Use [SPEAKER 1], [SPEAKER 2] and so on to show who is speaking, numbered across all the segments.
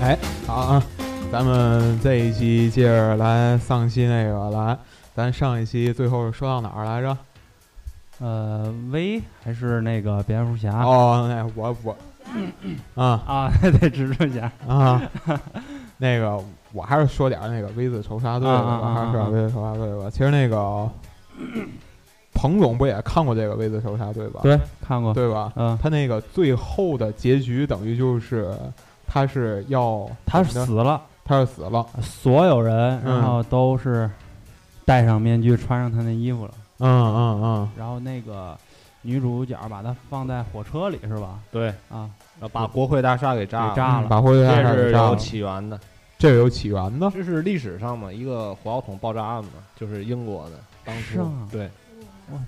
[SPEAKER 1] 哎啊咱们这一期接着来上期那个来，咱上一期最后说到哪儿来着？
[SPEAKER 2] 呃，V 还是那个蝙蝠侠
[SPEAKER 1] 哦，那我我，
[SPEAKER 2] 嗯
[SPEAKER 1] 啊
[SPEAKER 2] 啊， 对，蜘蛛侠，
[SPEAKER 1] 啊，那个我还是说点儿那个 V 字仇杀队
[SPEAKER 2] 啊
[SPEAKER 1] 吧，
[SPEAKER 2] 啊啊
[SPEAKER 1] 还是说
[SPEAKER 2] 啊
[SPEAKER 1] 点 V 字仇杀队吧。其实那个彭总不也看过这个 V 字仇杀队吧？
[SPEAKER 2] 对，看过，
[SPEAKER 1] 对吧？
[SPEAKER 2] 嗯，
[SPEAKER 1] 他那个最后的结局等于就是他是要
[SPEAKER 2] 他
[SPEAKER 1] 怎么着
[SPEAKER 2] 死了，
[SPEAKER 1] 他是死了，
[SPEAKER 2] 所有人
[SPEAKER 1] 嗯
[SPEAKER 2] 然后都是戴上面具，穿上他那衣服了，
[SPEAKER 1] 嗯嗯嗯，
[SPEAKER 2] 然后那个女主角把他放在火车里是吧？
[SPEAKER 3] 对，
[SPEAKER 2] 啊，
[SPEAKER 3] 然后把国会大厦给炸
[SPEAKER 2] 给炸了
[SPEAKER 1] 嗯把火炬大厦
[SPEAKER 3] 这
[SPEAKER 1] 给
[SPEAKER 3] 是
[SPEAKER 1] 炸
[SPEAKER 3] 有
[SPEAKER 1] 了，
[SPEAKER 3] 起源的，
[SPEAKER 1] 这是有起源的。
[SPEAKER 3] 这是历史上嘛一个火药桶爆炸案嘛，就是英国的，当
[SPEAKER 2] 是啊
[SPEAKER 3] 初
[SPEAKER 1] 啊
[SPEAKER 2] 吗
[SPEAKER 3] 对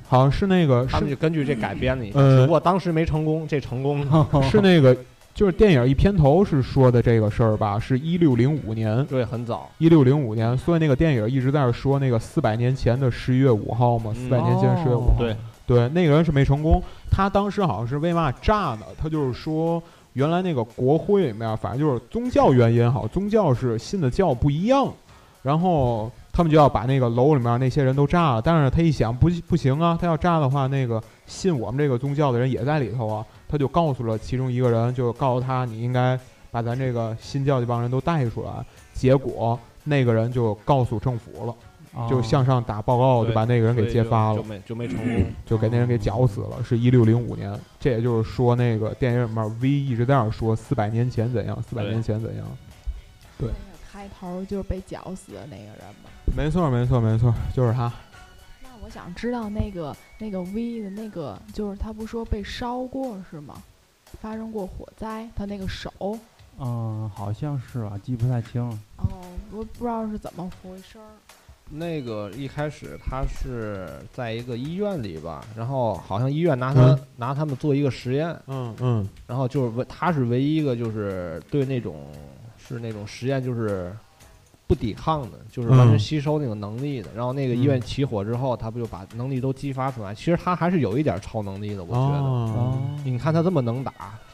[SPEAKER 1] 好像是那个
[SPEAKER 3] 他们
[SPEAKER 1] 是
[SPEAKER 3] 就根据这改编的一下，
[SPEAKER 1] 呃哦
[SPEAKER 3] 只不过当时没成功，这成功了，
[SPEAKER 1] 是那个就是电影一片头是说的这个事儿吧？是一六零五年，
[SPEAKER 3] 对，很早，
[SPEAKER 1] 一六零五年，所以那个电影一直在那儿说那个四百年前的十一月五号嘛，四
[SPEAKER 3] 嗯
[SPEAKER 1] 百年前十月五号，
[SPEAKER 3] 对
[SPEAKER 1] 对，那个人是没成功，他当时好像是为嘛炸呢？他就是说。原来那个国会里面，反正就是宗教原因好，宗教是信的教不一样，然后他们就要把那个楼里面那些人都炸了。但是他一想，不不行啊，他要炸的话，那个信我们这个宗教的人也在里头啊。他就告诉了其中一个人，就告诉他你应该把咱这个新教这帮人都带出来。结果那个人就告诉政府了，
[SPEAKER 2] 啊
[SPEAKER 1] 就向上打报告，就
[SPEAKER 3] 对
[SPEAKER 1] 把那个人给揭发
[SPEAKER 3] 所
[SPEAKER 1] 了
[SPEAKER 3] 以就就，没就没成功，
[SPEAKER 1] 就给那人给绞死了。是一六零五年，这也就是说那个电影里面 V 一直在那儿说四百年前怎样，四百
[SPEAKER 3] 对
[SPEAKER 1] 年前怎样。对
[SPEAKER 4] 开头就是被绞死的那个人嘛。
[SPEAKER 1] 没错，没错，没错，就是他。
[SPEAKER 4] 那我想知道那个那个 V 的那个，就是他不说被烧过是吗？发生过火灾，他那个手
[SPEAKER 2] 嗯，好像是吧，记不太清了。
[SPEAKER 4] 哦，我不知道是怎么回事儿。
[SPEAKER 3] 那个一开始他是在一个医院里吧，然后好像医院拿他、
[SPEAKER 1] 嗯
[SPEAKER 3] 拿他们做一个实验，
[SPEAKER 1] 嗯嗯
[SPEAKER 3] 然后就是唯他是唯一一个就是对那种是那种实验就是不抵抗的，就是完
[SPEAKER 1] 嗯
[SPEAKER 3] 全吸收那个能力的。然后那个医院起火之后，他不就把能力都激发出来？其实他还是有一点超能力的，我觉
[SPEAKER 1] 嗯
[SPEAKER 3] 得。嗯
[SPEAKER 1] 哦，
[SPEAKER 2] 嗯
[SPEAKER 3] 你看他这么能打，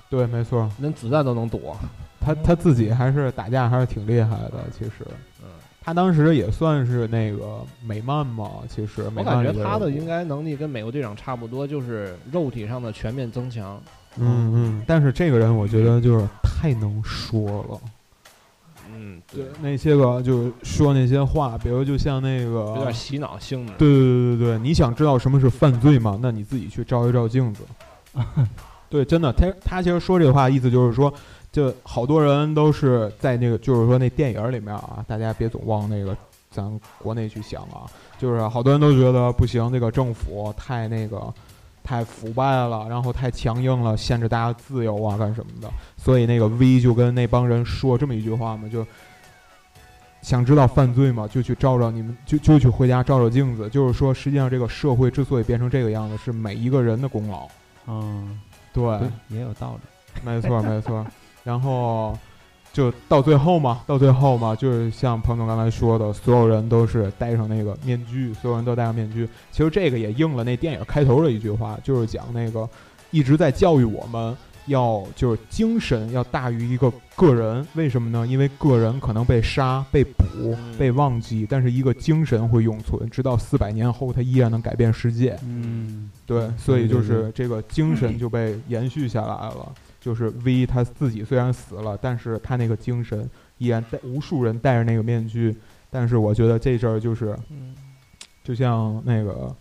[SPEAKER 1] 对，没错，
[SPEAKER 3] 连子弹都能躲。
[SPEAKER 1] 他他自己还是打架还是挺厉害的，其实。
[SPEAKER 3] 嗯，
[SPEAKER 1] 他当时也算是那个美漫嘛，其实美
[SPEAKER 3] 我
[SPEAKER 1] 漫
[SPEAKER 3] 感
[SPEAKER 1] 里
[SPEAKER 3] 觉
[SPEAKER 1] 边
[SPEAKER 3] 他
[SPEAKER 1] 有
[SPEAKER 3] 的
[SPEAKER 1] 过
[SPEAKER 3] 应该能力跟美国队长差不多，就是肉体上的全面增强。
[SPEAKER 1] 嗯嗯，但是这个人我觉得就是太能说了，
[SPEAKER 3] 嗯，
[SPEAKER 1] 对那些个就是说那些话，比如就像那个
[SPEAKER 3] 有点洗脑性质。
[SPEAKER 1] 对对对对对，你想知道什么是犯罪吗？那你自己去照一照镜子。对，真的，他他其实说这话意思就是说，就好多人都是在那个，就是说那电影里面啊，大家别总往那个咱国内去想啊，就是好多人都觉得不行，这个政府太那个太腐败了，然后太强硬了，限制大家自由啊，干什么的。所以那个 V 就跟那帮人说这么一句话嘛，就想知道犯罪吗？就去照照你们，就就去回家照照镜子。就是说，实际上这个社会之所以变成这个样子，是每一个人的功劳。
[SPEAKER 2] 嗯，
[SPEAKER 1] 对，
[SPEAKER 2] 对，也有道理。
[SPEAKER 1] 没错，没错。然后就到最后嘛，到最后嘛，就是像彭总刚才说的，所有人都是戴上那个面具，所有人都戴上面具。其实这个也应了那电影开头的一句话，就是讲那个一直在教育我们。要就是精神要大于一个个人，为什么呢？因为个人可能被杀、被捕、
[SPEAKER 3] 嗯
[SPEAKER 1] 被忘记，但是一个精神会永存，直到四百年后，它依然能改变世界。
[SPEAKER 2] 嗯，
[SPEAKER 1] 对，所以
[SPEAKER 2] 对
[SPEAKER 1] 就
[SPEAKER 2] 对嗯
[SPEAKER 1] 是这个精神就被延续下来了。就是 V 他自己虽然死了，但是他那个精神依然带无数人戴着那个面具。但是我觉得这阵儿就是，
[SPEAKER 3] 嗯
[SPEAKER 1] 就像那个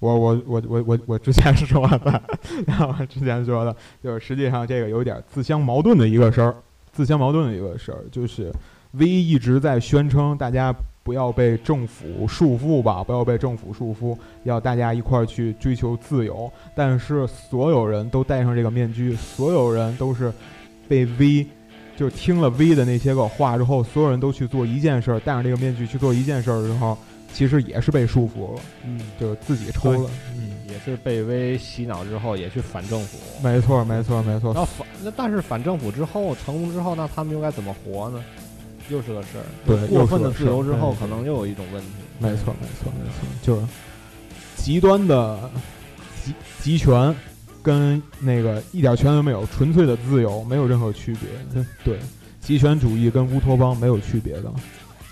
[SPEAKER 1] 我我我我我我之前说的， 我之前说的，就是实际上这个有点自相矛盾的一个事儿，自相矛盾的一个事儿，就是 V 一直在宣称大家不要被政府束缚吧，不要被政府束缚，要大家一块儿去追求自由。但是所有人都戴上这个面具，所有人都是被 V。就是听了 V 的那些个话之后，所有人都去做一件事儿，戴上这个面具去做一件事儿之后，其实也是被束缚了，
[SPEAKER 2] 嗯，
[SPEAKER 1] 就是自己抽了。嗯，
[SPEAKER 3] 也是被威洗脑之后，也去反政府。
[SPEAKER 1] 没错，没错，没错
[SPEAKER 3] 然。后反那但是反政府之后成功之后，那他们又该怎么活呢？又是个事儿。
[SPEAKER 1] 对又
[SPEAKER 3] 过
[SPEAKER 1] 是
[SPEAKER 3] 分
[SPEAKER 1] 个
[SPEAKER 3] 的
[SPEAKER 1] 事
[SPEAKER 3] 自
[SPEAKER 1] 儿
[SPEAKER 3] 由之后
[SPEAKER 1] 对，
[SPEAKER 3] 可能又有一种问题。
[SPEAKER 1] 没错，没错，没错，就是极端的集集权跟那个一点权都没有、纯粹的自由没有任何区别。对，极权主义跟乌托邦没有区别的。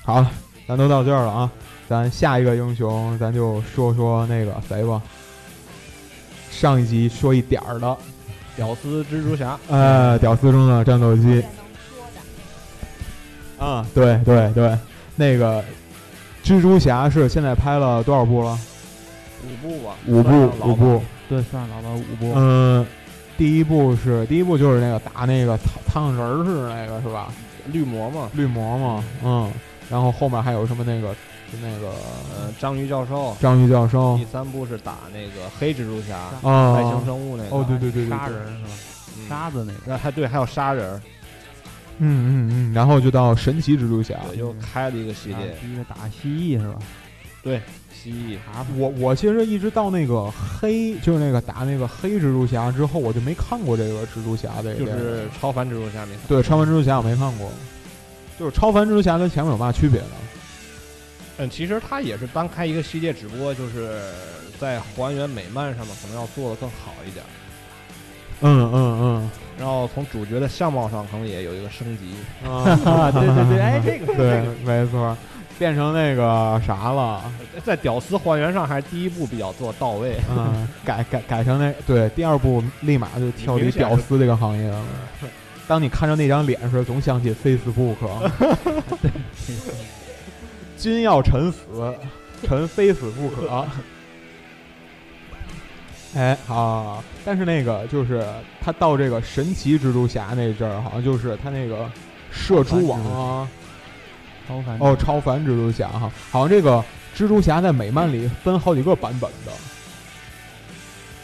[SPEAKER 1] 好了，咱都到这儿了啊，咱下一个英雄，咱就说说那个谁吧。上一集说一点儿的，
[SPEAKER 3] 屌丝蜘蛛侠，
[SPEAKER 1] 呃，屌丝中的战斗机啊，对对对，那个蜘蛛侠是现在拍了多少部了？
[SPEAKER 3] 五部吧，
[SPEAKER 1] 五
[SPEAKER 3] 算
[SPEAKER 1] 部
[SPEAKER 3] 上，老
[SPEAKER 1] 五部
[SPEAKER 3] 吧。。
[SPEAKER 2] 对，算是老板五波。
[SPEAKER 1] 嗯，第一部是第一部就是那个打那个烫烫人儿似的那个是吧？
[SPEAKER 3] 绿魔嘛，
[SPEAKER 1] 绿魔嘛，嗯，然后后面还有什么那个就那个
[SPEAKER 3] 呃，章鱼教授。
[SPEAKER 1] 章鱼教授
[SPEAKER 3] 第三部是打那个黑蜘蛛侠，
[SPEAKER 1] 啊
[SPEAKER 3] 外星生物那个。
[SPEAKER 1] 哦对对对对
[SPEAKER 2] 杀
[SPEAKER 1] 对
[SPEAKER 2] 人是吧？
[SPEAKER 3] 嗯
[SPEAKER 2] 沙子那个。
[SPEAKER 3] 那还对，还有杀人，
[SPEAKER 1] 嗯嗯嗯，然后就到神奇蜘蛛侠。
[SPEAKER 3] 对，又开了一个系
[SPEAKER 2] 啊
[SPEAKER 3] 列，
[SPEAKER 2] 第一个打蜥蜴 是吧？
[SPEAKER 3] 蜥蜴。
[SPEAKER 2] 查普
[SPEAKER 1] 我我其实一直到那个黑，就是那个打那个黑蜘蛛侠之后，我就没看过这个蜘蛛侠这个
[SPEAKER 3] 就
[SPEAKER 1] 电影。
[SPEAKER 3] 是超凡蜘蛛侠没看，
[SPEAKER 1] 对超凡蜘蛛侠我没看过，就是超凡蜘蛛侠跟前面有嘛区别呢？
[SPEAKER 3] 嗯，其实它也是单开一个系列，只不过就是在还原美漫上面可能要做的更好一点，
[SPEAKER 1] 嗯嗯
[SPEAKER 3] 然后从主角的相貌上可能也有一个升级。
[SPEAKER 1] 嗯，啊
[SPEAKER 2] 对对对 哎这
[SPEAKER 1] 个对，没错，变成那个啥了。
[SPEAKER 3] 在屌丝还原上，还是第一部比较做到位。
[SPEAKER 1] 嗯，改改改成那对第二部立马就跳离
[SPEAKER 3] 明显
[SPEAKER 1] 屌丝这个行业了。当你看着那张脸时，总想起 Facebook，君要臣死，臣非死不可。 哎，好，但是那个就是他到这个神奇蜘蛛侠那阵儿，好像就是他那个射蛛网啊，
[SPEAKER 2] 超凡
[SPEAKER 1] 哦，超凡蜘蛛侠哈，好像这个蜘蛛侠在美漫里分好几个版本的。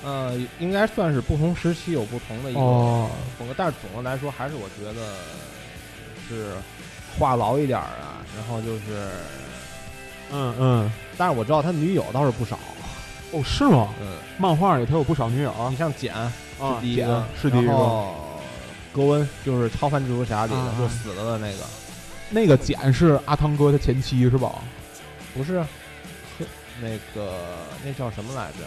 [SPEAKER 3] 呃，应该算是不同时期有不同的一个
[SPEAKER 1] 哦
[SPEAKER 3] 风格，但是总的来说，还是我觉得是话痨一点儿啊。然后就是，
[SPEAKER 1] 嗯嗯，
[SPEAKER 3] 但是我知道他女友倒是不少。
[SPEAKER 1] 哦，是吗？
[SPEAKER 3] 嗯，
[SPEAKER 1] 漫画里他有不少女友
[SPEAKER 3] 你像简
[SPEAKER 1] 啊
[SPEAKER 3] 是第一个，
[SPEAKER 1] 是第一
[SPEAKER 3] 然
[SPEAKER 1] 个。
[SPEAKER 3] 后格温就是超凡蜘蛛侠里
[SPEAKER 1] 啊
[SPEAKER 3] 的就死了的那个，
[SPEAKER 1] 那个简是阿汤哥他前妻是吧？
[SPEAKER 3] 不是啊呵那个那叫什么来着？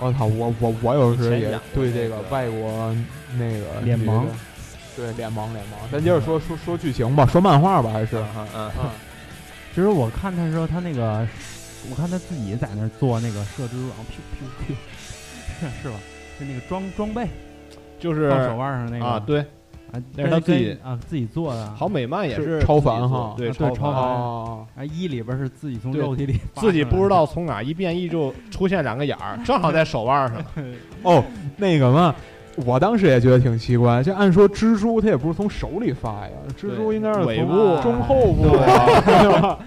[SPEAKER 1] 我操，我我我有时
[SPEAKER 3] 以前
[SPEAKER 1] 也
[SPEAKER 3] 演过
[SPEAKER 1] 对
[SPEAKER 3] 那
[SPEAKER 1] 这个
[SPEAKER 3] 个
[SPEAKER 1] 外国那个
[SPEAKER 2] 脸
[SPEAKER 1] 女
[SPEAKER 2] 盲
[SPEAKER 1] 的，对脸盲脸盲。
[SPEAKER 3] 嗯
[SPEAKER 1] 咱接着说说说剧情吧，说漫画吧，还是
[SPEAKER 3] 啊啊
[SPEAKER 1] 啊
[SPEAKER 2] 其实我看他的时候，他那个，我看他自己在那儿做那个射蜘蛛网，噗噗 噗，是吧？就那个装装备
[SPEAKER 3] 就是
[SPEAKER 2] 放手腕上那个
[SPEAKER 3] 啊，，对，
[SPEAKER 2] 啊，
[SPEAKER 3] 那是他自己
[SPEAKER 2] 跟啊自己做的，
[SPEAKER 3] 好美漫也
[SPEAKER 1] 是
[SPEAKER 3] 是
[SPEAKER 1] 超
[SPEAKER 3] 自己
[SPEAKER 1] 凡
[SPEAKER 3] 做
[SPEAKER 1] 哈
[SPEAKER 3] 对
[SPEAKER 2] 啊对超凡
[SPEAKER 1] 哦，
[SPEAKER 2] 啊一里边是自己从
[SPEAKER 3] 对
[SPEAKER 2] 肉体里拔
[SPEAKER 3] 自己
[SPEAKER 2] 出来的
[SPEAKER 3] 不知道从哪一变异就出现两个眼儿，正好在手腕上。
[SPEAKER 1] 哦，那个嘛，我当时也觉得挺奇怪。就按说蜘蛛它也不是从手里发呀，蜘蛛
[SPEAKER 3] 对
[SPEAKER 1] 应该是
[SPEAKER 3] 尾
[SPEAKER 1] 从
[SPEAKER 3] 部
[SPEAKER 1] 中后部
[SPEAKER 3] 对
[SPEAKER 1] 啊，对吧？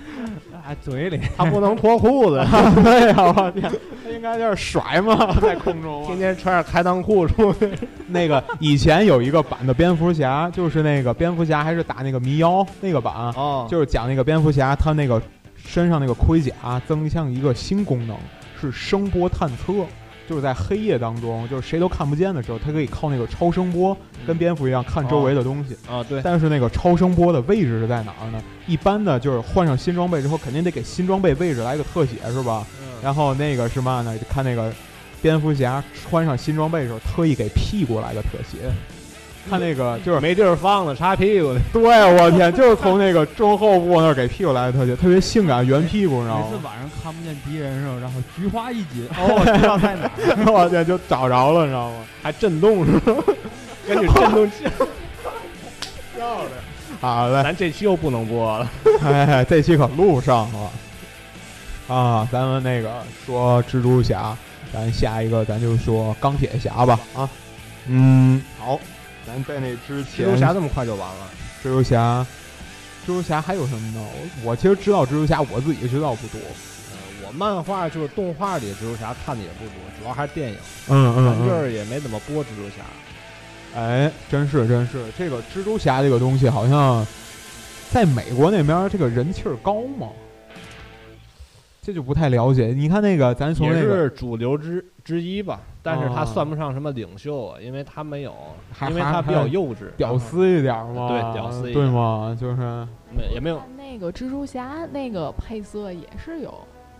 [SPEAKER 2] 啊嘴里，
[SPEAKER 3] 他不能脱裤子，
[SPEAKER 1] 对呀，我天，它应该就是甩嘛， 在空中啊
[SPEAKER 3] 天天穿着开裆裤出去。
[SPEAKER 1] 那个以前有一个版的蝙蝠侠，就是那个蝙蝠侠还是打那个迷妖那个版，
[SPEAKER 3] 哦
[SPEAKER 1] 就是讲那个蝙蝠侠他那个身上那个盔甲增项一个新功能是声波探测，就是在黑夜当中，就是谁都看不见的时候，他可以靠那个超声波跟蝙蝠一样看周围的东西。
[SPEAKER 3] 啊，对，
[SPEAKER 1] 但是那个超声波的位置是在哪儿呢？一般的就是换上新装备之后，肯定得给新装备位置来个特写，是吧？
[SPEAKER 3] 嗯
[SPEAKER 1] 然后那个是嘛呢？就看那个蝙蝠侠穿上新装备的时候，特意给屁股来个特写。看那个就是，
[SPEAKER 3] 没地儿放了，擦屁股的。
[SPEAKER 1] 对我天，就是从那个中后部那儿给屁股来个特写，特别性感圆屁股，你知道
[SPEAKER 2] 每次
[SPEAKER 1] 吗？
[SPEAKER 2] 晚上看不见敌人的时候，然后菊花一 紧，
[SPEAKER 1] 哦，我知道在哪， 我天就找着了，你知道吗？
[SPEAKER 3] 还震动是吧？ 根据震动器。
[SPEAKER 1] 好嘞，
[SPEAKER 3] 咱这期又不能播了。
[SPEAKER 1] 啊哎，这期可录上了啊！咱们那个说蜘蛛侠，咱下一个咱就说钢铁侠吧啊。嗯，好，咱在那之
[SPEAKER 3] 蜘
[SPEAKER 1] 前，
[SPEAKER 3] 蛛侠这么快就完了？
[SPEAKER 1] 蜘蛛侠，蜘蛛侠还有什么呢？我我其实知道蜘蛛侠，我自己知道不多。
[SPEAKER 3] 呃我漫画就是动画里的蜘蛛侠看的也不多，主要还是电影。
[SPEAKER 1] 嗯
[SPEAKER 3] 咱这，儿也没怎么播蜘蛛侠。
[SPEAKER 1] 哎，真是真是，这个蜘蛛侠这个东西好像在美国那边儿这个人气儿高吗？这就不太了解。你看那个，咱从
[SPEAKER 3] 也
[SPEAKER 1] 那个
[SPEAKER 3] 是主流之之一吧，但是
[SPEAKER 1] 啊
[SPEAKER 3] 他算不上什么领袖啊，因为他没有，
[SPEAKER 1] 还
[SPEAKER 3] 因为他比较幼稚，
[SPEAKER 1] 屌丝一点儿嘛，
[SPEAKER 3] 对屌丝一点
[SPEAKER 1] 对吗？就是
[SPEAKER 3] 没也没有，
[SPEAKER 4] 那个蜘蛛侠那个配色也是有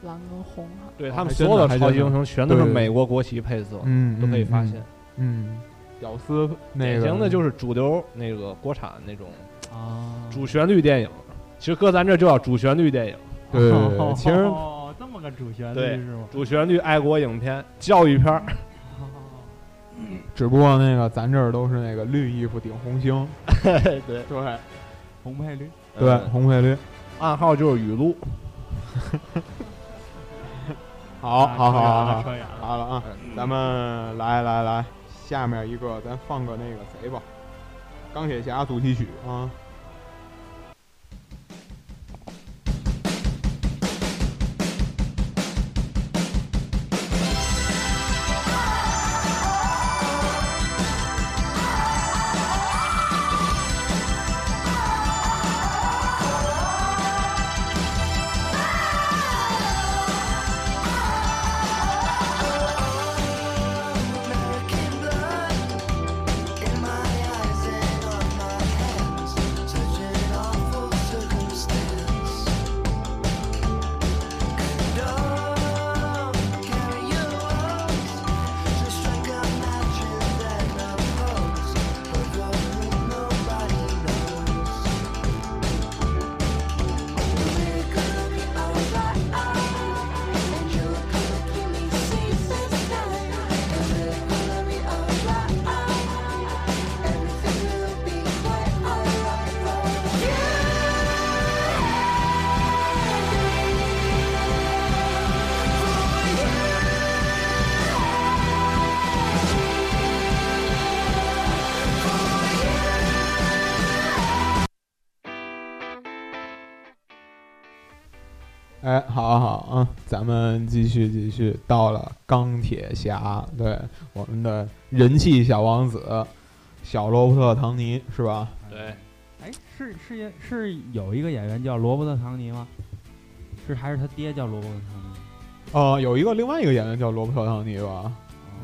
[SPEAKER 4] 蓝跟红哈。
[SPEAKER 3] 对
[SPEAKER 1] 哦
[SPEAKER 3] 他
[SPEAKER 1] 还
[SPEAKER 3] 们
[SPEAKER 1] 真
[SPEAKER 3] 所有
[SPEAKER 1] 的
[SPEAKER 3] 的
[SPEAKER 1] 还
[SPEAKER 3] 超
[SPEAKER 1] 真
[SPEAKER 3] 级
[SPEAKER 1] 的
[SPEAKER 3] 英雄全都是
[SPEAKER 1] 对对
[SPEAKER 3] 美国国旗配色，
[SPEAKER 1] 嗯，
[SPEAKER 3] 都可以
[SPEAKER 1] 嗯
[SPEAKER 3] 发现，。
[SPEAKER 1] 嗯，嗯屌丝那
[SPEAKER 3] 典
[SPEAKER 1] 个
[SPEAKER 3] 型的就是主流那个国产那种
[SPEAKER 2] 啊，
[SPEAKER 3] 主旋律电影。其实搁咱这就叫主旋律电影，
[SPEAKER 1] 对对对对其实
[SPEAKER 2] 哦，这么个主旋律
[SPEAKER 3] 对
[SPEAKER 2] 是吗？
[SPEAKER 3] 主旋律爱国影片、教育片儿。
[SPEAKER 2] 哦
[SPEAKER 1] 只不过那个咱这儿都是那个绿衣服顶红星，
[SPEAKER 3] 对
[SPEAKER 1] 对
[SPEAKER 2] 红配绿，
[SPEAKER 1] 对，
[SPEAKER 3] 嗯
[SPEAKER 1] 红配绿。
[SPEAKER 3] 暗号就是语录。
[SPEAKER 1] 好，
[SPEAKER 2] 啊
[SPEAKER 1] 好，好，
[SPEAKER 2] 扯远
[SPEAKER 1] 好，好，
[SPEAKER 2] 了扯
[SPEAKER 1] 好
[SPEAKER 2] 远了
[SPEAKER 1] 了啊，咱们来来来，下面一个咱放个那个谁吧，钢铁侠主题曲啊。哎，好好啊，咱们继续继续，到了钢铁侠，对我们的人气小王子小罗伯特·唐尼是吧？
[SPEAKER 3] 对，
[SPEAKER 2] 哎，是是也是有一个演员叫罗伯特·唐尼吗？是还是他爹叫罗伯特·唐尼？
[SPEAKER 1] 哦，有一个另外一个演员叫罗伯特·唐尼吧？
[SPEAKER 2] 哦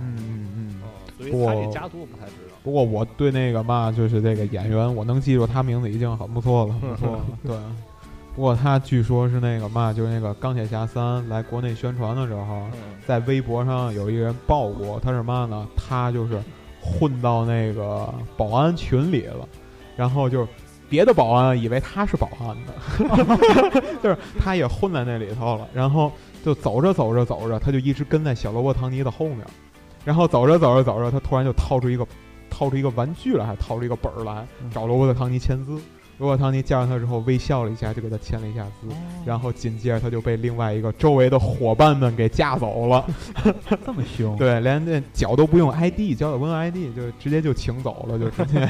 [SPEAKER 1] 嗯嗯嗯。
[SPEAKER 3] 所以
[SPEAKER 1] 我
[SPEAKER 3] 他这家族我不太知道。
[SPEAKER 1] 不过我对那个嘛，就是这个演员，我能记住他名字已经很不错了，很不错了。对，不过他据说是那个嘛，就是那个钢铁侠三来国内宣传的时候，
[SPEAKER 3] 嗯，
[SPEAKER 1] 在微博上有一个人爆过，他是嘛呢？他就是混到那个保安群里了，然后就是别的保安以为他是保安的， 就是他也混在那里头了，然后就走着走着走着，他就一直跟在小罗伯特唐尼的后面，然后走着走着走着，他突然就掏出一个掏出一个玩具来，还掏出一个本儿来
[SPEAKER 2] 嗯
[SPEAKER 1] 找罗伯特唐尼签字。罗伯特唐尼见着他之后微笑了一下，就给他签了一下字。
[SPEAKER 2] 哦
[SPEAKER 1] 然
[SPEAKER 2] 后
[SPEAKER 1] 后紧接着他就被另外一个周围的伙伴们给架走了，
[SPEAKER 2] 哦这么凶，
[SPEAKER 1] 对，连那脚都不用 ID，脚也不用 ID，就直接就请走了，就直接。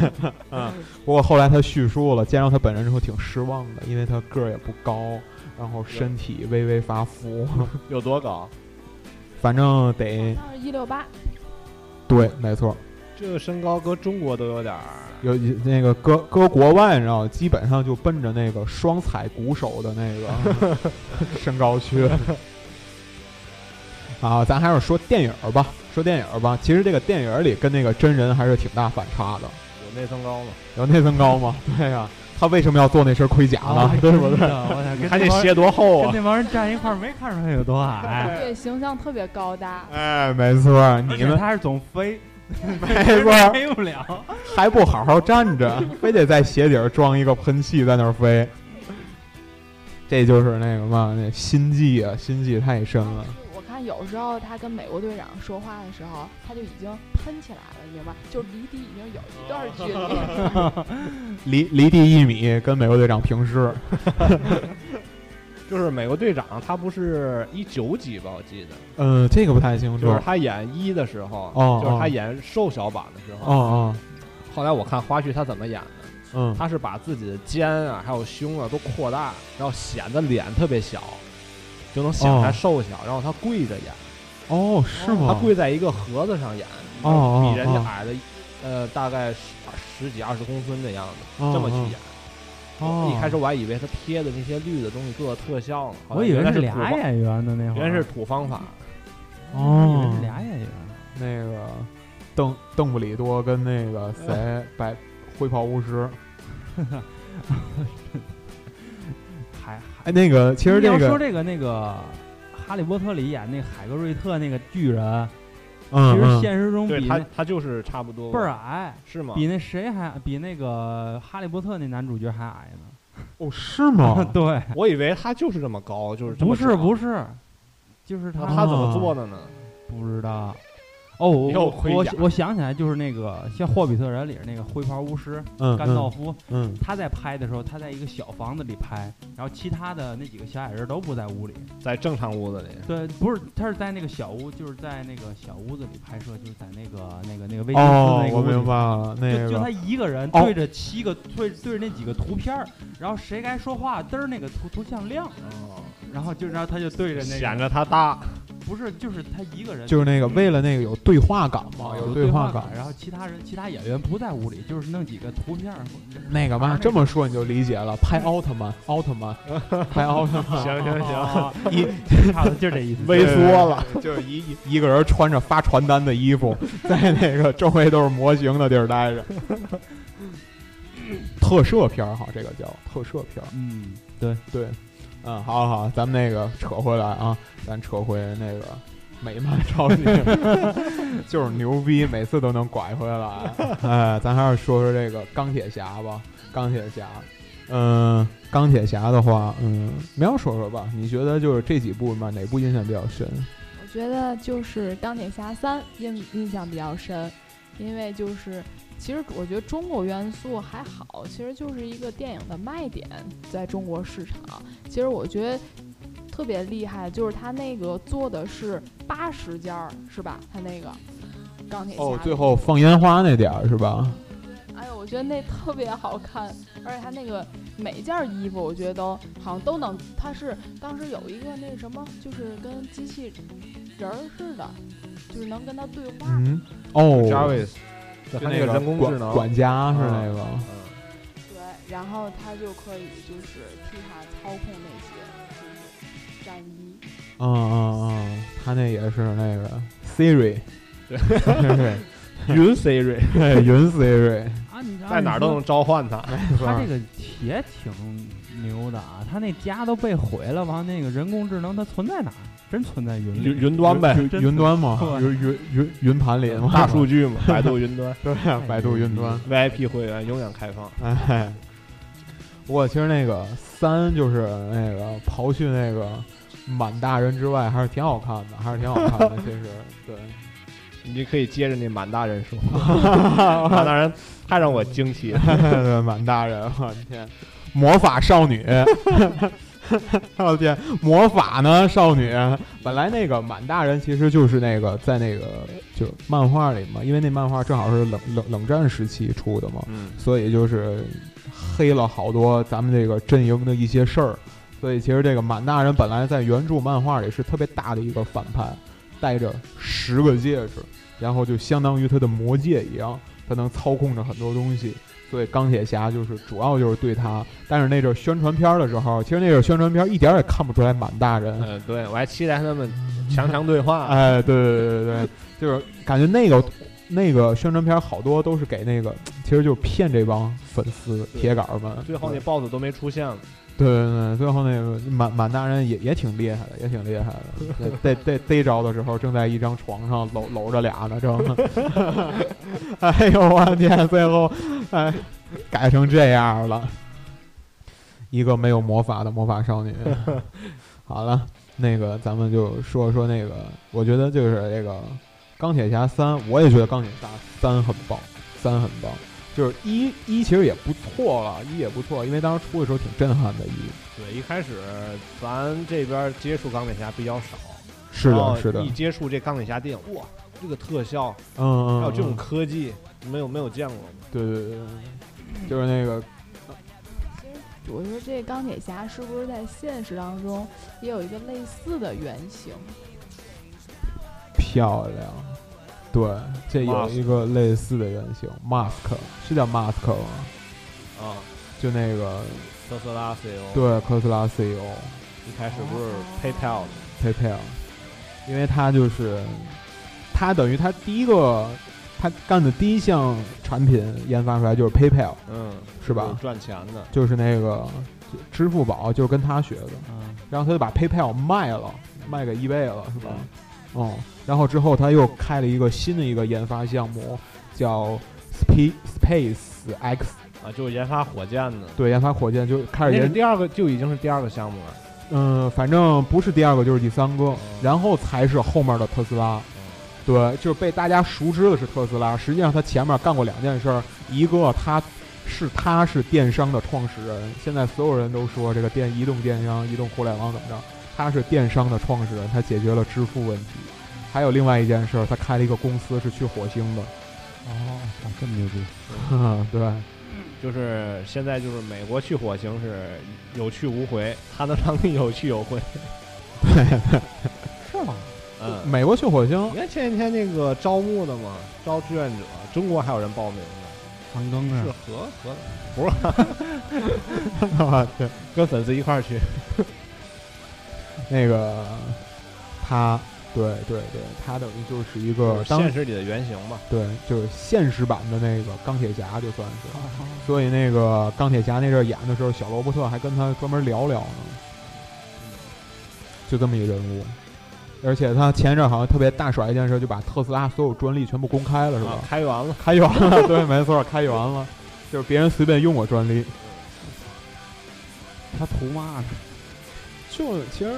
[SPEAKER 1] 嗯，不过后来他叙述了，见到他本人之后挺失望的，因为他个儿也不高，然后身体微微发福，
[SPEAKER 3] 有多高？
[SPEAKER 1] 反正得
[SPEAKER 4] 那是一六八，
[SPEAKER 1] 对，没错，
[SPEAKER 3] 这个身高搁中国都有点儿。
[SPEAKER 1] 有有那个搁搁国外，你知道，基本上就奔着那个双踩鼓手的那个身高去。啊，咱还是说电影儿吧，说电影儿吧。其实这个电影儿里跟那个真人还是挺大反差的。
[SPEAKER 3] 有内增高吗？
[SPEAKER 1] 有内增高吗？ 对呀、他为什么要做那身盔甲呢
[SPEAKER 2] 啊，？
[SPEAKER 1] 对
[SPEAKER 2] 真
[SPEAKER 1] 不对？
[SPEAKER 2] 的我想
[SPEAKER 3] 你
[SPEAKER 2] 跟
[SPEAKER 3] 还
[SPEAKER 2] 那
[SPEAKER 3] 得
[SPEAKER 2] 帮人
[SPEAKER 3] 鞋多厚
[SPEAKER 2] 跟
[SPEAKER 3] 啊？
[SPEAKER 2] 那帮人站一块儿，没看出他 有多矮。
[SPEAKER 3] 哎
[SPEAKER 4] 对，形象特别高大。
[SPEAKER 1] 哎，没错，哎你
[SPEAKER 2] 而且
[SPEAKER 1] 们哦
[SPEAKER 2] 他是总 飞，
[SPEAKER 1] 没错，
[SPEAKER 2] 飞不了。
[SPEAKER 1] 还不好好站着，非得在鞋底儿装一个喷气在那儿飞，这就是那个嘛，那心计啊，心计太深了。
[SPEAKER 4] 我看有时候他跟美国队长说话的时候，他就已经喷起来了，你明白？就离地已经有一段 距离。
[SPEAKER 1] 离离地一米，跟美国队长平视。
[SPEAKER 3] 就是美国队长，他不是一九几吧？我记得，
[SPEAKER 1] 嗯，这个不太清楚。
[SPEAKER 3] 就是
[SPEAKER 1] 哦
[SPEAKER 3] 他演一的时候，
[SPEAKER 1] 哦
[SPEAKER 3] 就是他演瘦小版的时候。
[SPEAKER 1] 哦，
[SPEAKER 3] 后来我看花絮他怎么演的，
[SPEAKER 1] 嗯，
[SPEAKER 3] 他是把自己的肩啊，还有胸啊都扩大，然后显得脸特别小，就能显出来
[SPEAKER 1] 哦
[SPEAKER 3] 瘦小。然后他跪着演，
[SPEAKER 1] 哦，是
[SPEAKER 3] 他
[SPEAKER 1] 吗？
[SPEAKER 3] 跪在一个盒子上演，
[SPEAKER 1] 哦哦
[SPEAKER 3] 比人家
[SPEAKER 1] 哦
[SPEAKER 3] 矮的，呃，大概十十几二十公分的样子，
[SPEAKER 1] 哦
[SPEAKER 3] 这么去
[SPEAKER 1] 哦
[SPEAKER 3] 演。
[SPEAKER 1] 哦，
[SPEAKER 3] 一开始我还以为他贴的那些绿的东西做的特效呢，好
[SPEAKER 2] 我
[SPEAKER 3] 像
[SPEAKER 2] 以为
[SPEAKER 3] 原来
[SPEAKER 2] 是
[SPEAKER 3] 是
[SPEAKER 2] 俩哦
[SPEAKER 3] 土方，
[SPEAKER 2] 演员呢，那会儿
[SPEAKER 3] 原来是土方法。
[SPEAKER 2] 我以为
[SPEAKER 1] 哦
[SPEAKER 2] 是俩演员。
[SPEAKER 1] 那个邓邓布利多跟那个谁白灰袍巫师，
[SPEAKER 2] 还
[SPEAKER 1] 哎，那个其实
[SPEAKER 2] 你
[SPEAKER 1] 这
[SPEAKER 2] 要说
[SPEAKER 1] 个
[SPEAKER 2] 这个那个《哈利波特》里演那个海格瑞特那个巨人，
[SPEAKER 1] 嗯
[SPEAKER 2] 其实
[SPEAKER 1] 嗯
[SPEAKER 2] 现实中
[SPEAKER 3] 对
[SPEAKER 2] 比
[SPEAKER 3] 他
[SPEAKER 2] 那
[SPEAKER 3] 他就是差不多
[SPEAKER 2] 倍儿矮，
[SPEAKER 3] 是吗？
[SPEAKER 2] 比那谁还比那个哈利波特那男主角还矮呢。？
[SPEAKER 1] 哦，是吗
[SPEAKER 2] 对，
[SPEAKER 3] 我以为他就是这么高，就是这么
[SPEAKER 2] 不
[SPEAKER 3] 啊
[SPEAKER 2] 是哦
[SPEAKER 3] 长
[SPEAKER 2] 不是，就是他
[SPEAKER 3] 那他怎么做的呢？
[SPEAKER 2] 不知道。哦，我
[SPEAKER 3] 又
[SPEAKER 2] 我
[SPEAKER 3] 盔
[SPEAKER 2] 我
[SPEAKER 3] 甲
[SPEAKER 2] 我想起来，就是那个像《霍比特人》里那个灰袍巫师
[SPEAKER 1] 嗯，
[SPEAKER 2] 甘道夫，
[SPEAKER 1] 嗯，
[SPEAKER 2] 他在拍的时候，他在一个小房子里拍，然后其他的那几个小矮人都不在屋里。
[SPEAKER 3] 在正常屋子里，
[SPEAKER 2] 对，不是，他是在那个小屋，就是在那个小屋子里拍摄，就是在那个那个那个威
[SPEAKER 1] 嗯
[SPEAKER 2] 尼斯
[SPEAKER 1] 哦
[SPEAKER 2] 那，个
[SPEAKER 1] 我
[SPEAKER 2] 屋子里
[SPEAKER 1] 明白了，那
[SPEAKER 2] 就就他
[SPEAKER 1] 个
[SPEAKER 2] 一个人
[SPEAKER 1] 哦
[SPEAKER 2] 对着七个、对对着那几个图片儿，然后谁该说话，嘚儿那个图图像亮，
[SPEAKER 3] 哦，
[SPEAKER 2] 然后就然后他就对着那
[SPEAKER 3] 显
[SPEAKER 2] 个，
[SPEAKER 3] 着他大，
[SPEAKER 2] 不是就是他一个人，
[SPEAKER 1] 就是那个为了那个有对话感嘛，
[SPEAKER 2] 有
[SPEAKER 1] 对
[SPEAKER 2] 话
[SPEAKER 1] 感。
[SPEAKER 2] 然后其他人其他演员不在屋里，就是弄几个图片儿，
[SPEAKER 1] 那个嘛，这么说你就理解了，拍奥特曼，奥特曼，拍奥特曼，
[SPEAKER 3] 行行行，
[SPEAKER 2] 行，啊 差不多就这意思。
[SPEAKER 3] 微缩了，
[SPEAKER 1] 就是一一一个人穿着发传单的衣服，在那个周围都是模型的地儿待着。特摄片儿哈，这个叫特摄片儿。
[SPEAKER 2] 嗯，对，
[SPEAKER 1] 对，嗯，好好，好，咱们那个扯回来啊，咱扯回那个美漫少女， 就是牛逼，每次都能拐回来。哎，咱还是说说这个钢铁侠吧，钢铁侠。嗯，钢铁侠的话，嗯，苗说说吧，你觉得就是这几部嘛，哪部印象比较深？
[SPEAKER 4] 我觉得就是《钢铁侠三》印印象比较深，因为就是其实我觉得中国元素还好，其实就是一个电影的卖点，在中国市场。其实我觉得特别厉害，就是他那个做的是八十家儿是吧？他那个钢铁侠
[SPEAKER 1] 哦
[SPEAKER 4] 的，
[SPEAKER 1] 最后放烟花那点儿是吧？
[SPEAKER 4] 哎呦，我觉得那特别好看，而且他那个每一件衣服，我觉得都好像都能，他是当时有一个那什么，就是跟机器人儿似的，就是能跟他对话。
[SPEAKER 1] 嗯，哦，
[SPEAKER 3] Jarvis，
[SPEAKER 1] 就
[SPEAKER 3] 他
[SPEAKER 1] 那
[SPEAKER 3] 那个人工智
[SPEAKER 1] 管
[SPEAKER 3] 能，
[SPEAKER 1] 管家是那个，
[SPEAKER 3] 嗯
[SPEAKER 4] 对，然后他就可以就是替他操控那些就是战衣。
[SPEAKER 1] 嗯嗯嗯，他那也是那个 Siri，
[SPEAKER 3] 对
[SPEAKER 1] Siri
[SPEAKER 3] 云 Siri
[SPEAKER 1] 对，云 Siri，
[SPEAKER 2] 啊，你
[SPEAKER 3] 在哪儿都能啊召唤他，
[SPEAKER 2] 他这个也挺牛的啊！他那家都被毁了，完那个人工智能它存在哪儿？真存在云
[SPEAKER 3] 云
[SPEAKER 2] 里。
[SPEAKER 3] 云端呗，
[SPEAKER 1] 云云端嘛，
[SPEAKER 2] 对
[SPEAKER 1] 云云云云盘里嘛，
[SPEAKER 3] 大数据嘛，百度云端
[SPEAKER 1] 对，百度云端。
[SPEAKER 3] ，VIP 会员永远开放，
[SPEAKER 1] 哎，不过其实那个三就是那个刨去那个满大人之外，还是挺好看的，还是挺好看的。其实对，
[SPEAKER 3] 你就可以接着那满大人说， 满大人太让我惊奇了，
[SPEAKER 1] 对 满大人，我天，魔法少女。 我天，魔法呢？少女，本来那个满大人其实就是那个在那个就是漫画里嘛，因为那漫画正好是冷冷冷战时期出的嘛，
[SPEAKER 3] 嗯，
[SPEAKER 1] 所以就是黑了好多咱们这个阵营的一些事儿。所以其实这个满大人本来在原著漫画里是特别大的一个反派，戴着十个戒指，然后就相当于他的魔戒一样，他能操控着很多东西。所以钢铁侠就是主要就是对他，但是那阵儿宣传片儿的时候，其实那阵儿宣传片儿一点儿也看不出来满大人，
[SPEAKER 3] 呃，对我还期待他们强强对话，
[SPEAKER 1] 哎，对对对对对，就是感觉那个那个宣传片儿好多都是给那个，其实就是骗这帮粉丝
[SPEAKER 3] 对
[SPEAKER 1] 铁杆儿们。
[SPEAKER 3] 最后
[SPEAKER 1] 对
[SPEAKER 3] 那 BOSS 都没出现了，
[SPEAKER 1] 对对对，最后那个满满大人也也挺厉害的，也挺厉害的。逮逮逮着的时候，正在一张床上搂搂着俩呢，正。 哎呦我天！最后，哎，改成这样了，一个没有魔法的魔法少女。好了，那个咱们就说说那个，我觉得就是这个钢铁侠三，我也觉得钢铁侠三很棒，三很棒。就是一一其实也不错了，一也不错，因为当时出的时候挺震撼的。一
[SPEAKER 3] 对，一开始咱这边接触钢铁侠比较少，
[SPEAKER 1] 是
[SPEAKER 3] 然后
[SPEAKER 1] 的，是的，
[SPEAKER 3] 哦一接触这钢铁侠电影，哇，这个特效
[SPEAKER 1] 嗯嗯，
[SPEAKER 3] 还有这种
[SPEAKER 1] 嗯
[SPEAKER 3] 科技，没有没有见过吗？
[SPEAKER 1] 对对对，对就是那个
[SPEAKER 4] 其实我觉得这钢铁侠是不是在现实当中也有一个类似的原型？
[SPEAKER 1] 漂亮，对，这有一个类似的原型，mask 是叫 mask 吗？
[SPEAKER 3] 啊，
[SPEAKER 1] 就那
[SPEAKER 3] 哦
[SPEAKER 1] 个
[SPEAKER 3] 特斯拉 CEO，，
[SPEAKER 1] 对科斯拉 CEO
[SPEAKER 3] 一开始不是 PayPal 的
[SPEAKER 1] PayPal，因为他就是他等于他第一个他干的第一项产品研发出来就是 PayPal，
[SPEAKER 3] 嗯，
[SPEAKER 1] 是吧
[SPEAKER 3] 有赚钱的，
[SPEAKER 1] 就是那个就支付宝，就是跟他学的。
[SPEAKER 2] 嗯，
[SPEAKER 1] 然后他就把 PayPal 卖了，卖给 eBay 了，是吧？嗯，然后之后他又开了一个新的一个研发项目，叫 Space Space X，
[SPEAKER 3] 啊，就是研发火箭的。
[SPEAKER 1] 对，研发火箭就开
[SPEAKER 3] 那
[SPEAKER 1] 始
[SPEAKER 3] 是
[SPEAKER 1] 研，
[SPEAKER 3] 第二个就已经是第二个项目了。
[SPEAKER 1] 嗯、反正不是第二个就是第三个
[SPEAKER 3] 嗯，
[SPEAKER 1] 然后才是后面的特斯拉。对，就是被大家熟知的是特斯拉，实际上他前面干过两件事儿，一个他是他是电商的创始人，现在所有人都说这个电移动电商、移动互联网怎么着，他是电商的创始人，他解决了支付问题。还有另外一件事儿，他开了一个公司是去火星的，
[SPEAKER 2] 哦，哇这么牛逼！
[SPEAKER 1] 对，
[SPEAKER 3] 就是现在就是美国去火星是有去无回，它能让你有去有回。
[SPEAKER 2] 是吗？
[SPEAKER 3] 嗯，
[SPEAKER 1] 美国去火星
[SPEAKER 3] 你看前几天那个招募的嘛，招志愿者，中国还有人报名呢，
[SPEAKER 2] 韩庚
[SPEAKER 1] 嗯
[SPEAKER 3] 是
[SPEAKER 2] 啊，
[SPEAKER 3] 和和
[SPEAKER 1] 啊，对，
[SPEAKER 3] 跟粉丝一块儿去。
[SPEAKER 1] 那个他，对对对，他等于就是一
[SPEAKER 3] 就
[SPEAKER 1] 个
[SPEAKER 3] 是
[SPEAKER 1] 当
[SPEAKER 3] 现实里的原型嘛。
[SPEAKER 1] 对，就是现实版的那个钢铁侠，就算是。
[SPEAKER 2] 哦
[SPEAKER 1] 所以那个钢铁侠那阵儿演的时候，小罗伯特还跟他专门聊聊呢，就这么一人物。而且他前一阵儿好像特别大耍一件事，就把特斯拉所有专利全部公开了，是吧？
[SPEAKER 3] 啊，开源了。
[SPEAKER 1] 开源了， 对，没错，开源了，就是别人随便用我专利。
[SPEAKER 2] 他图嘛呢？
[SPEAKER 1] 就其实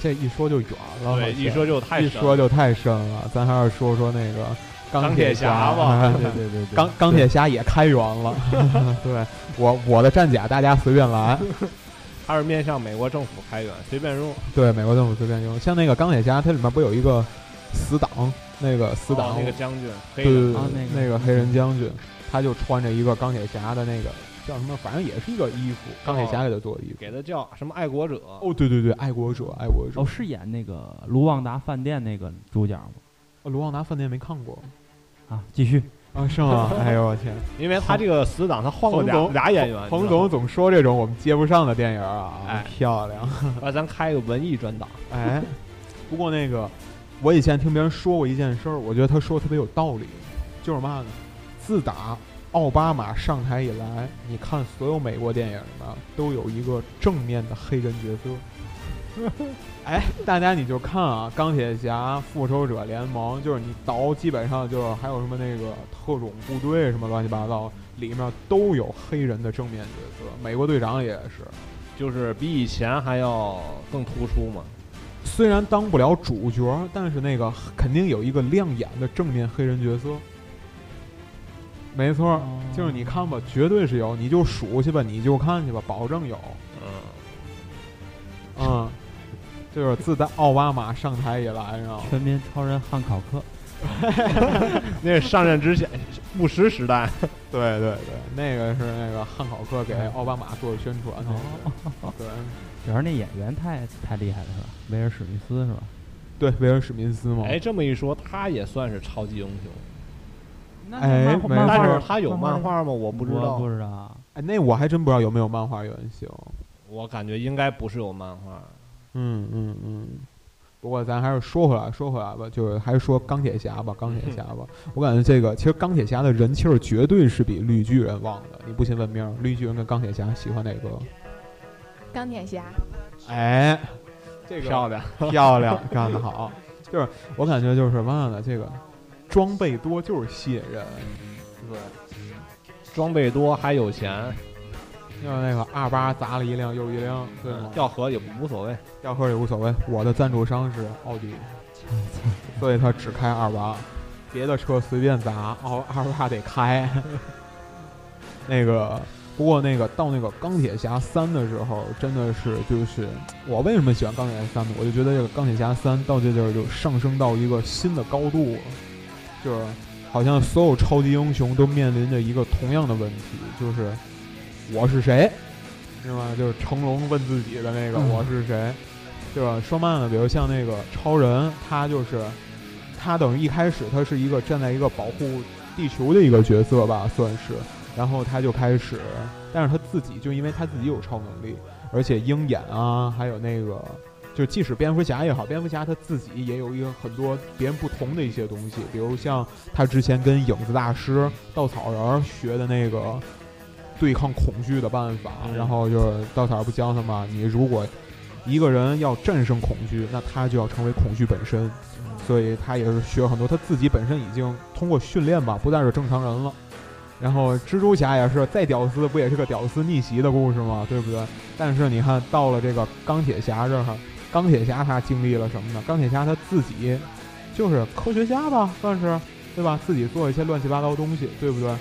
[SPEAKER 1] 这一说就远了，
[SPEAKER 3] 对，
[SPEAKER 1] 好像
[SPEAKER 3] 一说就太
[SPEAKER 1] 一
[SPEAKER 3] 神
[SPEAKER 1] 说
[SPEAKER 3] 了
[SPEAKER 1] 就太深了。咱还是说说那个钢
[SPEAKER 3] 钢铁
[SPEAKER 1] 侠
[SPEAKER 3] 侠吧
[SPEAKER 1] 对
[SPEAKER 2] 对对对 对，
[SPEAKER 1] 钢钢铁侠也开源了， 对我我的战甲大家随便来。
[SPEAKER 3] 它是面向美国政府开源，随便用。
[SPEAKER 1] 对，美国政府随便用。像那个钢铁侠，它里面不有一个死党，那个死党，
[SPEAKER 3] 哦那个将军，黑
[SPEAKER 1] 对对
[SPEAKER 3] 人
[SPEAKER 1] 对、
[SPEAKER 2] 啊那个
[SPEAKER 1] 那个黑人将军，他就穿着一个钢铁侠的那个叫什么，反正也是一个衣服，钢铁侠给他做的衣服。
[SPEAKER 3] 给他叫什么爱国者？
[SPEAKER 1] 哦，对对对，爱国者，爱国者。
[SPEAKER 2] 哦，是演那个卢旺达饭店那个主角吗？
[SPEAKER 1] 哦卢旺达饭店没看 过
[SPEAKER 2] 啊，继续，
[SPEAKER 1] 啊？是吗？哎呦我天！
[SPEAKER 3] 因为他这个死党他换过
[SPEAKER 1] 彭
[SPEAKER 3] 俩
[SPEAKER 1] 总
[SPEAKER 3] 俩演员。
[SPEAKER 1] 彭
[SPEAKER 3] 啊你知道
[SPEAKER 1] 总
[SPEAKER 3] 吗
[SPEAKER 1] 总说这种我们接不上的电影啊，
[SPEAKER 3] 哎
[SPEAKER 1] 漂亮。
[SPEAKER 3] 啊，咱开一个文艺专档。
[SPEAKER 1] 哎，不过那个，我以前听别人说过一件事儿，我觉得他说得特别有道理，就是嘛呢？自打奥巴马上台以来，你看所有美国电影呢，都有一个正面的黑人角色。 哎，大家你就看啊，钢铁侠、复仇者联盟，就是你倒基本上就是还有什么那个特种部队什么乱七八糟，里面都有黑人的正面角色。美国队长也是，
[SPEAKER 3] 就是比以前还要更突出嘛。
[SPEAKER 1] 虽然当不了主角，但是那个肯定有一个亮眼的正面黑人角色。没错，就是你看吧，绝对是有，你就数去吧，你就看去吧，保证有。
[SPEAKER 3] 嗯，
[SPEAKER 1] 嗯，就是自打奥巴马上台以来，然后
[SPEAKER 2] 全民超人汉考克，
[SPEAKER 3] 那是上任之前布什时代，
[SPEAKER 1] 对对对，那个是那个汉考克给奥巴马做的宣传，那个、
[SPEAKER 2] 主要是那演员太太厉害了，是吧？威尔史密斯是吧？
[SPEAKER 1] 对对，威尔史密斯嘛，
[SPEAKER 3] 哎，这么一说，他也算是超级英雄，
[SPEAKER 2] 那
[SPEAKER 1] 哎
[SPEAKER 2] 漫画
[SPEAKER 1] 没
[SPEAKER 2] 漫画
[SPEAKER 3] 但
[SPEAKER 1] 错
[SPEAKER 3] 是他有漫画吗？我不知
[SPEAKER 2] 我
[SPEAKER 3] 道
[SPEAKER 2] 不，知道。啊
[SPEAKER 1] 哎，那我还真不知道有没有漫画原型。
[SPEAKER 3] 我感觉应该不是有漫画。
[SPEAKER 1] 嗯嗯嗯。不过咱还是说回来，说回来吧，就是还是说钢铁侠吧，钢铁侠吧。我感觉这个其实钢铁侠的人气儿绝对是比绿巨人旺的。你不信问名儿，绿巨人跟钢铁侠喜欢哪个？
[SPEAKER 4] 钢铁侠，
[SPEAKER 1] 哎，这个
[SPEAKER 3] 漂亮，
[SPEAKER 1] 漂亮，干得好。 就是我感觉就是什么呢？这个装备多就是吸引人。
[SPEAKER 3] 对，装备多还有钱，
[SPEAKER 1] 就是那个二八砸了一辆又一辆，对吗？
[SPEAKER 3] 要和也无所谓。
[SPEAKER 1] 要喝也无所谓。我的赞助商是奥迪，所以他只开二八，别的车随便砸，奥二八得开。 那个，不过那个到那个钢铁侠三的时候，真的是就是我为什么喜欢钢铁侠三呢？我就觉得这个钢铁侠三到这地儿就上升到一个新的高度了，就是好像所有超级英雄都面临着一个同样的问题，就是我是谁，知道吗？就是成龙问自己的那个
[SPEAKER 2] 嗯
[SPEAKER 1] 我是谁，对吧？说慢了，比如像那个超人，他就是他等于一开始他是一个站在一个保护地球的一个角色吧，算是，然后他就开始，但是他自己就因为他自己有超能力，而且鹰眼啊，还有那个。就即使蝙蝠侠也好，蝙蝠侠他自己也有一个很多别人不同的一些东西，比如像他之前跟影子大师、稻草人儿学的那个对抗恐惧的办法，
[SPEAKER 3] 嗯
[SPEAKER 1] 然后就是稻草人不教他嘛，你如果一个人要战胜恐惧，那他就要成为恐惧本身，所以他也是学很多，他自己本身已经通过训练吧，不再是正常人了。然后蜘蛛侠也是再屌丝，不也是个屌丝逆袭的故事吗？对不对？但是你看到了这个钢铁侠这儿，钢铁侠他经历了什么呢？钢铁侠他自己就是科学家吧，算是对吧？自己做一些乱七八糟的东西，对不对？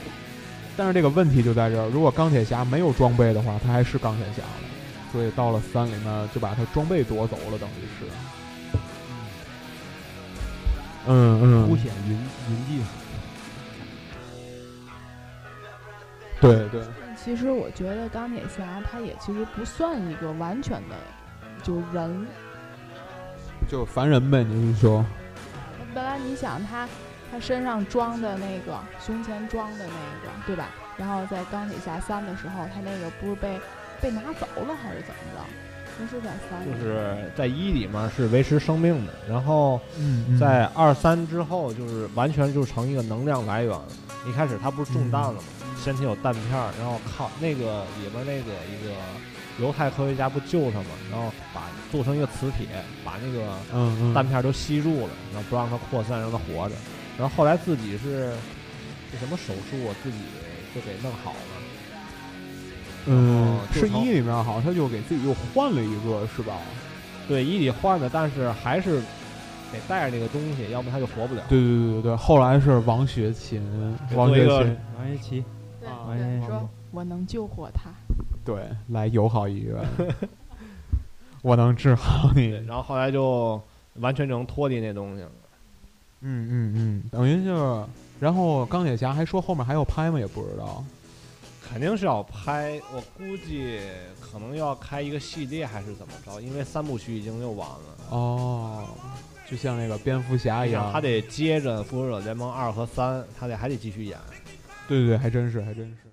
[SPEAKER 1] 但是这个问题就在这儿，如果钢铁侠没有装备的话，他还是钢铁侠了。所以到了三里面就把他装备夺走了，等于是。嗯
[SPEAKER 2] 凸
[SPEAKER 1] 嗯，
[SPEAKER 2] 显云云际。
[SPEAKER 1] 对对，
[SPEAKER 4] 其实我觉得钢铁侠他也其实不算一个完全的，就人。
[SPEAKER 1] 就凡人呗，你是说？
[SPEAKER 4] 本来你想他，他身上装的那个，胸前装的那个，对吧？然后在钢铁侠三的时候，他那个不是被被拿走了还是怎么着？不是在三里，
[SPEAKER 3] 就是在一里面是维持生命的，然后
[SPEAKER 1] 嗯
[SPEAKER 3] 在二三之后就是完全就成一个能量来源了。一开始他不是中弹了吗？身体有弹片儿，然后靠那个里边那个一个犹太科学家不救他吗？然后把做成一个磁铁，把那个
[SPEAKER 1] 嗯嗯，
[SPEAKER 3] 弹片儿都吸住了，然后不让它扩散，让它活着。然后后来自己是是什么手术啊，自己就给弄好了。
[SPEAKER 1] 嗯
[SPEAKER 3] 哦，就是
[SPEAKER 1] 一里面好像他就给自己又换了一个，是吧？
[SPEAKER 3] 对，一里换的，但是还是得带着那个东西，要不他就活不了。
[SPEAKER 1] 对对对对对，后来是王学勤，王
[SPEAKER 3] 做一
[SPEAKER 1] 学
[SPEAKER 3] 个
[SPEAKER 1] 勤
[SPEAKER 2] 王一奇，
[SPEAKER 4] 对
[SPEAKER 1] 啊
[SPEAKER 2] 哎
[SPEAKER 4] 对，说我能救活他。
[SPEAKER 1] 对来友好医院， 我能治好你。
[SPEAKER 3] 然后后来就完全能脱离那东西了。
[SPEAKER 1] 嗯嗯嗯，等于就是，然后钢铁侠还说后面还要拍吗？也不知道。
[SPEAKER 3] 肯定是要拍，我估计可能要开一个系列还是怎么着，因为三部曲已经用完了，
[SPEAKER 1] 哦，就像那个蝙蝠侠一
[SPEAKER 3] 啊
[SPEAKER 1] 样，
[SPEAKER 3] 他得接着《复仇者联盟二》和三，他得还得继续演。
[SPEAKER 1] 对对对，还真是还真是。